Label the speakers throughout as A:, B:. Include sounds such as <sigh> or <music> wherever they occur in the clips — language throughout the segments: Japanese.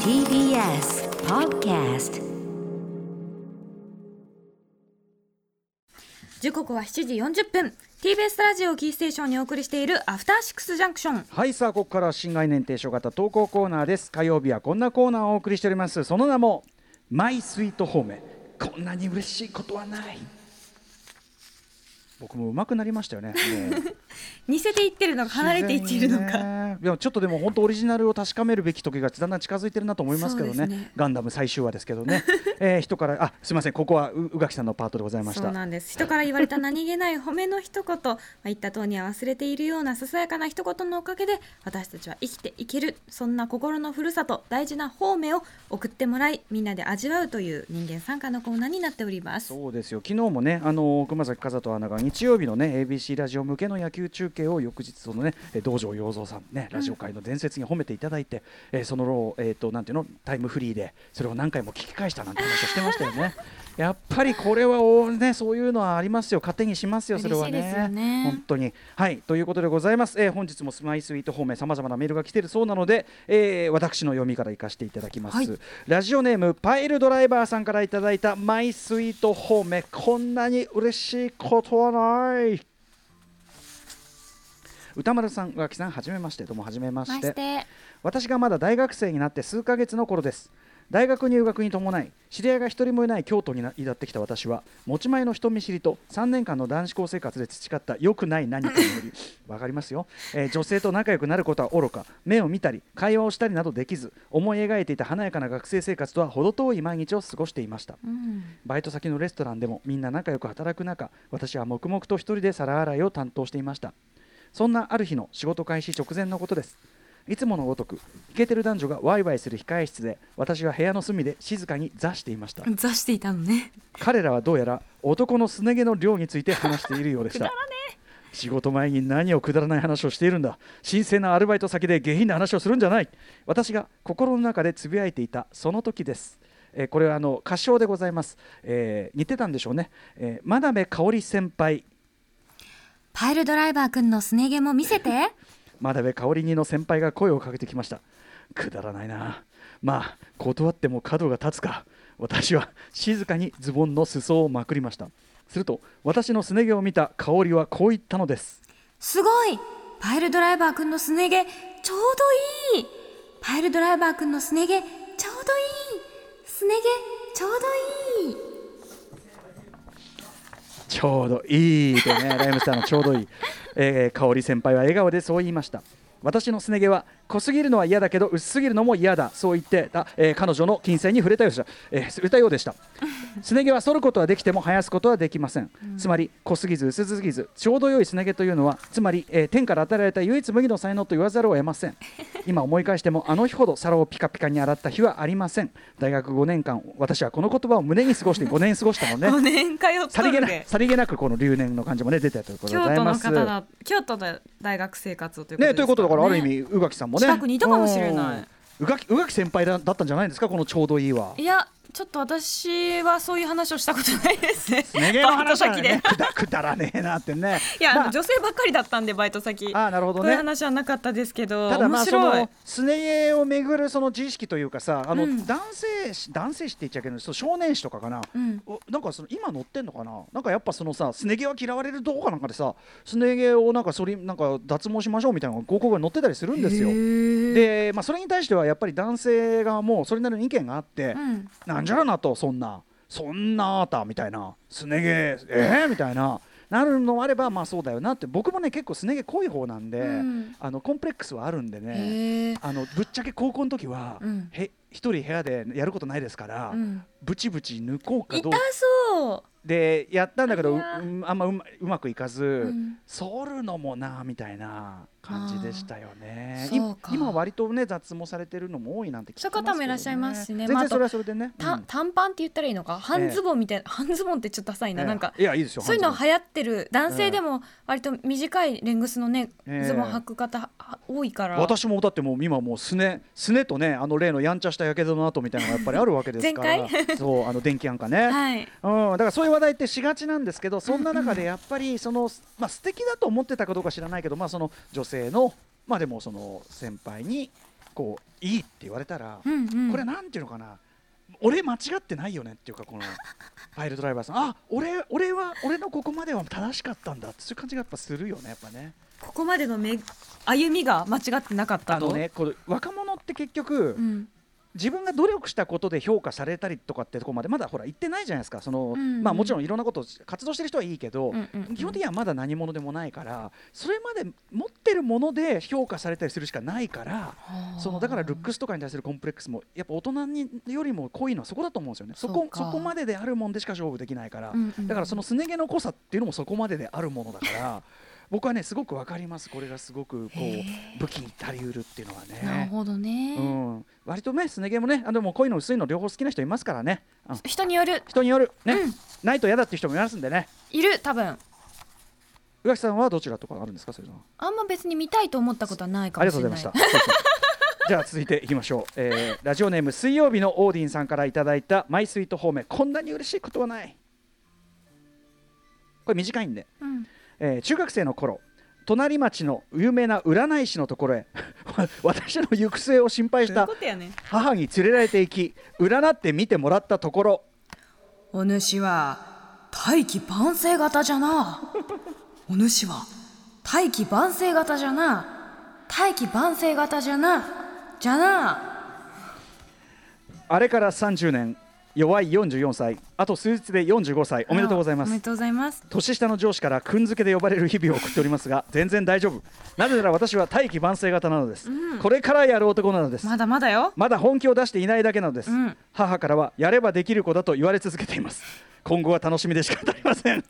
A: TBS Podcast
B: 時刻は7時40分 TBS ラジオをキーステーションにお送りしているアフターシックスジャンクション
C: はいさあここからは新概念提唱型投稿コーナーです火曜日はこんなコーナーをお送りしておりますその名もマイスイートホームこんなに嬉しいことはない僕も上手くなりましたよねもう
B: 似せていってるのか離れていっているの
C: 自
B: か、
C: 然にねいやちょっとでも本当オリジナルを確かめるべき時がだんだん近づいてるなと思いますけど
B: そ
C: ね
B: うですね
C: ガンダム最終話ですけどね、えー人からあすいませんここはう宇垣さんのパートでございまし
B: そうな
C: た
B: んです人から言われた何気ない褒めの一言、まあ、言った通りには忘れているようなささやかな一言のおかげで私たちは生きていけるそんな心のふるさと大事な方面を送ってもらいみんなで味わうという人間参加のコーナーになっております
C: そうですよ昨日もねあの熊崎和人アナが日曜日のね ABC ラジオ向けの野球中継を翌日そのねえ道場洋三さんねラジオ界の伝説に褒めていただいて、えーその後えっ、となんていうのタイムフリーでそれを何回も聞き返したなんて話をしてましたよねやっぱりこれはおねそういうのはありますよ糧にしますよそれはね
B: 嬉しいですよね
C: 本当にはいということでございます、えー本日もスマイスイート方面さまざまなメールが来ているそうなので、えー私の読みから行かせていただきます、
B: はい
C: ラジオネームパイルドライバーさんからいただいたマイスイート方面こんなに嬉しいことはない歌丸さん、浮気さん、はじめまして、どうもはじめまして。私がまだ大学生になって数ヶ月の頃です大学入学に伴い知り合いが一人もいない京都にな至ってきた私は持ち前の人見知りと3年間の男子校生活で培った良くない何かにより <laughs> わかりますよ、えー女性と仲良くなることは愚か目を見たり会話をしたりなどできず思い描いていた華やかな学生生活とは程遠い毎日を過ごしていました
B: うん
C: バイト先のレストランでもみんな仲良く働く中私は黙々と一人で皿洗いを担当していましたそんなある日の仕事開始直前のことですいつものごとくイケてる男女がワイワイする控え室で私は部屋の隅で静かに座していました
B: 座していたのね
C: 彼らはどうやら男のすね毛の量について話しているようでした仕事前に何をくだらない話をしているんだ神聖なアルバイト先で下品な話をするんじゃない私が心の中でつぶやいていたその時です、えーこれはあの歌唱でございます、えー似てたんでしょうね、えー、真鍋かおり先輩
B: パイルドライバーくんのすね毛も見せて
C: 真鍋かおりにの先輩が声をかけてきましたくだらないなまあ断っても角が立つか私は静かにズボンの裾をまくりましたすると私のすね毛を見た香りはこう言ったのです
B: すごいパイルドライバーくんのすね毛ちょうどいいパイルドライバーくんのすね毛ちょうどいいすね毛ちょうどいい
C: ちょうどいいとね <laughs> ライムスターのちょうどいい、えー、香織先輩は笑顔でそう言いました私のすね毛は濃すぎるのは嫌だけど薄すぎるのも嫌だそう言ってた、えー彼女の金銭に触れたようでした、えー触れたようでした <laughs> すね毛は剃ることはできても生やすことはできません、つまり濃すぎず薄すぎずちょうど良いすね毛というのはつまり、えー天から与えられた唯一無二の才能と言わざるを得ません今思い返してもあの日ほど皿をピカピカに洗った日はありません大学5年間私はこの言葉を胸に過ごして5年過ごしたのね
B: 5年通っ
C: さ
B: と
C: りげ
B: る
C: なく
B: で、
C: さりげなくこの留年の感じもね出てたということで
B: 京
C: ござい
B: 都
C: ま
B: の
C: す。
B: 方だ京都で大学生活をということです
C: ね、ということだからある意
B: ね
C: 味宇垣さんもね
B: 近くにいたかもしれない。
C: うん宇垣宇垣先輩だだったんじゃないですかこのちょうどいいはい
B: やちょっと私はそういう話をしたことないですね
C: <laughs> ねげの話だ
B: バイト先
C: ね
B: で
C: くだくだらねえなってね。
B: いや、あの
C: まあ
B: 女性ばっかりだったんでバイト先
C: あーなるほど
B: こ
C: ね
B: ういう話はなかったですけど
C: ただま
B: 面
C: あそ
B: 白い
C: のすね毛をめぐるその自意識というかさあの、
B: うん
C: 男性誌男性誌って言っちゃうけどそう少年誌とかかな、
B: うん
C: おなんかその今載ってんのかななんかやっぱそのさすね毛は嫌われる動画なんかでさすね毛をなんかそれなんか脱毛しましょうみたいな広告が載ってたりするんですよ。で、まあ、それに対してはやっぱり男性側もそれなりに意見があって、
B: うん
C: なんじゃらなとそんなそんなあなたみたいなすね毛えー、みたいななるのあればまあそうだよなって僕もね結構すね毛濃い方なんで、
B: うん
C: あのコンプレックスはあるんでね
B: へー
C: あのぶっちゃけ高校の時は、
B: うん
C: へ一人部屋でやることないですから、
B: うん
C: ブチブチ抜こうか
B: 痛
C: どうか
B: そう
C: でやったんだけど
B: いうやー
C: うんあんまうまうまくいかず、
B: ん
C: 剃るのもなみたいな感じでしたよね
B: あ。ー
C: い
B: そうか
C: 今割とね雑毛されてるのも多いなんて聞きますけど、ね、
B: そういう方もいらっしゃいますしね
C: 全
B: まああ
C: 然
B: と
C: それはそれでね。う
B: た
C: ん
B: 短パンって言ったらいいのか半ズボンみたいな、半ズボンってちょっとダサいな、
C: ええ
B: なんか
C: いやいいですよ。
B: そういうの
C: 半ズ
B: 流行ってる男性でも割と短いレングスのね、
C: ええ
B: ズボン履く方はは多いから
C: ボン私もだってもう今もうすねすねとねあの例のやんちゃしたやけどの跡みたいなのがやっぱりあるわけですから。
B: <laughs> 全
C: そうあの電気なんかね。
B: はい
C: うん、だからそういう話題ってしがちなんですけどそんな中でやっぱりその、まあ、素敵だと思ってたかどうか知らないけど、まあ、その女性の、まあ、でもその先輩にこういいって言われたら、
B: うんうん、
C: これなんていうのかな俺間違ってないよねっていうかこのパイルドライバーさんあ俺俺は俺のここまでは正しかったんだってそういう感じがやっぱするよねやっぱね
B: ここまでのめ歩みが間違ってなかった
C: あ
B: と
C: のねこう若者って結局、
B: うん
C: 自分が努力したことで評価されたりとかってとこまでまだほら行ってないじゃないですかその、
B: うんうん
C: まあ、もちろんいろんなことをし活動してる人はいいけど、
B: うんうんうん
C: 基本的にはまだ何者でもないからそれまで持ってるもので評価されたりするしかないからそのだからルックスとかに対するコンプレックスもやっぱ大人によりも濃いのはそこだと思うんですよねそ
B: そう
C: こ
B: か
C: そこまでであるもんでしか勝負できないから、
B: うんうん
C: だからそのすね毛の濃さっていうのもそこまでであるものだから
B: <laughs>
C: 僕はねすごくわかりますこれがすごくこ
B: へ
C: う武器に足りうるっていうのはね。
B: なるほどね、
C: うん、割とねすね毛もねあでも濃いの薄いの両方好きな人いますからね、うん、
B: 人による
C: 人によるね、
B: うん
C: ないと嫌だっていう人もいますんでね
B: いる多分
C: 宇垣さんはどちらとかあるんですかそういうのは
B: あんま別に見たいと思ったことはないか
C: あり
B: も
C: が
B: し
C: とう
B: れ
C: ござ
B: な
C: いま
B: い
C: したそうそうじゃあ続いていきましょう、えーラジオネーム水曜日のオーディンさんからいただいたマイスイート方面こんなに嬉しいことはないこれ短いんで、
B: うん
C: えー中学生の頃隣町の有名な占い師のところへ <laughs> 私の行く末を心配した
B: とやね
C: 母に連れられて行き占って見てもらったところ
B: お主は大気晩成型じゃな <laughs> お主は大気晩成型じゃな大気晩成型じゃなじゃな
C: あれから30年弱い44歳あと数日で45歳おめでとうございま
B: おめ
C: す
B: でとうございます
C: 年下の上司からくんづけで呼ばれる日々を送っておりま
B: <laughs>
C: すが全然大丈夫なぜなら私は大器晩成型なのです、これからやる男なのです
B: まだまだよ
C: まだ本気を出していないだけなのです、
B: うん
C: 母からはやればできる子だと言われ続けています今後は楽しみでしかあり
B: <laughs>
C: ません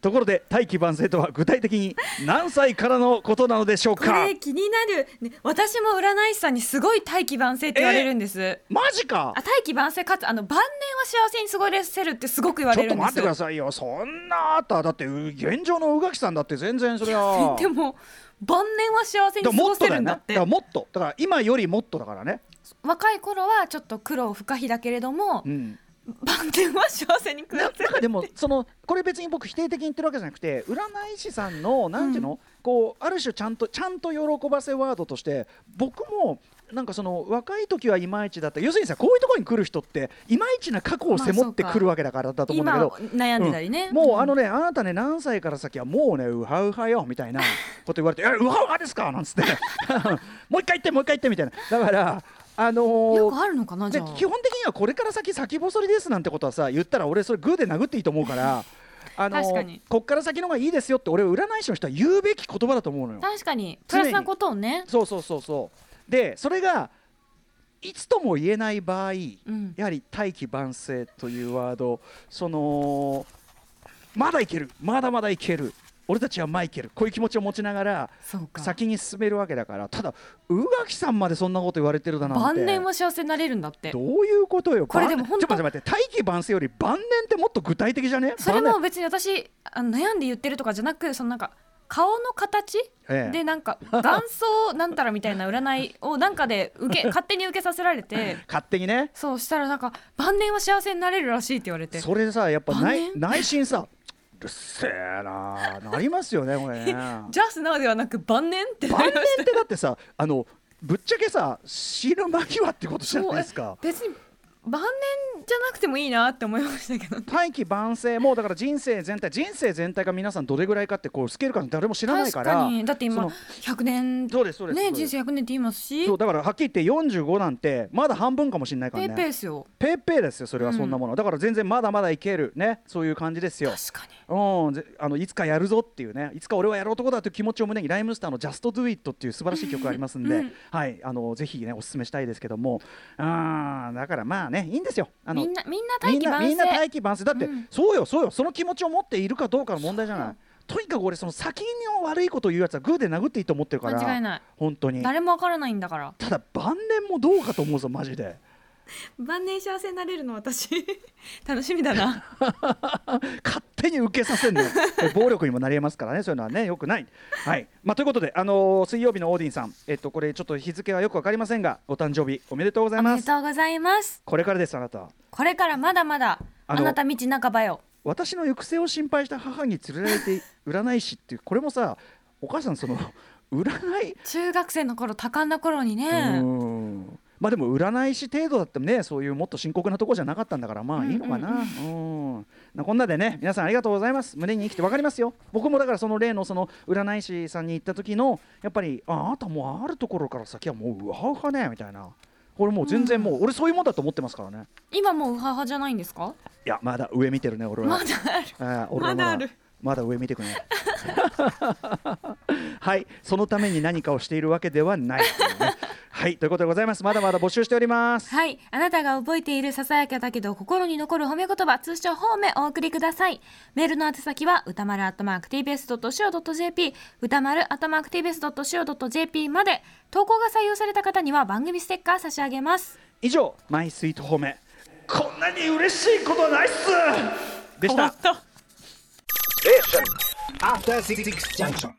C: ところで大器晩成とは具体的に何歳からのことなのでしょう
B: こ
C: か
B: れ気になる、ね、私も占い師さんにすごい大気晩成って言われるんです、
C: マジか
B: あ大気晩成かつあの晩年は幸せに過ごせるってすごく言わ
C: ちょ
B: れ
C: っ
B: る
C: と
B: んです
C: 待ってくださいよ、そんなあっただって、う現状の宇垣さんだって全然それは。
B: <laughs> でも晩年は幸せに
C: だ
B: 過
C: からも
B: ご
C: っと
B: せ
C: だ
B: るん
C: よね。
B: だって
C: だからもっと、だから今よりもっとだからね。
B: 若い頃はちょっと苦労不可避だけれども、
C: うん。
B: 晩年は幸せに暮
C: な
B: ら
C: ん
B: せる
C: かでも、その、これ別に僕否定的に言ってるわけじゃなくて、占い師さんの、なんていうの、こう、ある種ちゃんと、ちゃんと喜ばせワードとして、僕も。なんかその若い時はいまいちだった要するにさこういうところに来る人っていまいちな過去を背負って
B: まあそうか
C: くるわけだからだと思うんだけ
B: 今
C: ど
B: 悩んでたりね、
C: うんもうあのね、あなたね何歳から先はもうねウハウハよみたいなこと言われて「えウハウハですか?」なんつって <laughs> もう一回言ってもう一回言ってみたいなだからあのー
B: よくあるのかなじ
C: で
B: ゃあ
C: 基本的にはこれから先先細りですなんてことはさ言ったら俺それグーで殴っていいと思
B: <laughs>
C: うから。あのー
B: 確かに
C: こっから先の方がいいですよって俺は占い師の人は言うべき言葉だと思うのよ。
B: 確かにプ
C: 常に
B: ラスなことをね
C: そうそうそうそうでそれがいつとも言えない場合、
B: うん
C: やはり大器晩成というワードそのまだいけるまだまだいける俺たちは前いけるこういう気持ちを持ちながら
B: そうか
C: 先に進めるわけだからただ宇垣さんまでそんなこと言われてるだなんて
B: 晩年は幸せになれるんだって
C: どういうことよ
B: これでも本当
C: 晩ちょっと待って待って大器晩成より晩年ってもっと具体的じゃね
B: それ
C: 晩
B: も別に私あの悩んで言ってるとかじゃなくそのなんか顔の形、
C: ええ
B: でなんか元祖なんたらみたいな占いをなんかで受
C: <laughs>
B: け勝手に受けさせられて
C: 年勝手にね
B: そうしたらなんか晩年は幸せになれるらしいって言われて
C: それでさやっぱ内
B: 晩年
C: 内心さうるせえななりますよねこれね
B: <laughs> じゃあ素直ではなく晩年って
C: 晩年ってだってさあのぶっちゃけさ死ぬ間際ってことじゃないです
B: <laughs>
C: か
B: 別に晩年じゃなくてもいいなって思いましたけど
C: 大器晩成もうだから人生全体人生全体が皆さんどれぐらいかってこうスケール感誰も知らないから
B: 確かにだって
C: そ
B: 今
C: の
B: 100年
C: そうですそうです
B: ね
C: そうで
B: 人
C: す
B: 生100年って言いますし
C: そうだからはっきり言って45なんてまだ半分かもしれないか
B: ペ
C: ら
B: ー
C: ね
B: ペーですよ
C: ペーペーですよそれはそんなもの、だから全然まだまだいけるねそういう感じですよ
B: 確かに
C: うん、ぜあのいつかやるぞっていうねいつか俺はやる男だという気持ちを胸にライムスターの「Just Do It」っていう素晴らしい曲がありますんで、はい、あのぜひねおすすめしたいですけどもあーだからまあねいいんですよあの
B: みんなみんな
C: み
B: 大
C: ん
B: 器
C: なみ
B: 晩
C: んな
B: 成
C: 大器晩成だって、
B: うん
C: そうよそうよその気持ちを持っているかどうかの問題じゃないとにかく俺その先の悪いことを言うやつはグーで殴っていいと思ってるから
B: 間違いない
C: 本当に
B: 誰もわからないんだから
C: ただ晩年もどうかと思うぞマジで
B: 晩年幸せになれるの私 <laughs> 楽しみだな
C: <laughs> 勝手に受けさせ
B: <laughs>
C: るの暴力にもなりえますからねそういうのはねよくない、はいまあ、ということで、あのー水曜日のオーディンさん、えっと、これちょっと日付はよくわかりませんがお誕生日おめでとうござい
B: おめ
C: ま
B: ですとうございます
C: これからですあなた
B: これからまだまだ
C: あ
B: あ
C: の
B: なた道半ばよ
C: 私の行く末を心配した母に連れられて <laughs> 占い師っていうこれもさお母さんその占い
A: 中学生の頃多感な頃にね
C: うんまあでも占い師程度だったねそういうもっと深刻なとこじゃなかったんだからまあいいのかな、うんなこんなでね皆さんありがとうございます胸に生きて分かりますよ僕もだからその例のその占い師さんに行った時のやっぱりああなたもうあるところから先はもううわうはねみたいなこれもう全然もう、俺そういうもんだと思ってますからね
A: 今もうウハハじゃないんですか
C: いやまだ上見てるね俺は、
A: まだある
C: あー俺
A: ま
C: は
A: だある
C: まだ上見てくね <laughs> はいそのために何かをしているわけではない、 <laughs> ね、はいということでございますまだまだ募集しております
A: はいあなたが覚えているささやかだけど心に残る褒め言葉通称褒めお送りくださいメールの宛先は歌丸 atmarktvs.co.jp 歌丸 atmarktvs.co.jp まで投稿が採用された方には番組ステッカー差し上げます
C: 以上マイスイート褒めこんなに嬉しいことはないっすでした
A: た
D: After Six Junction.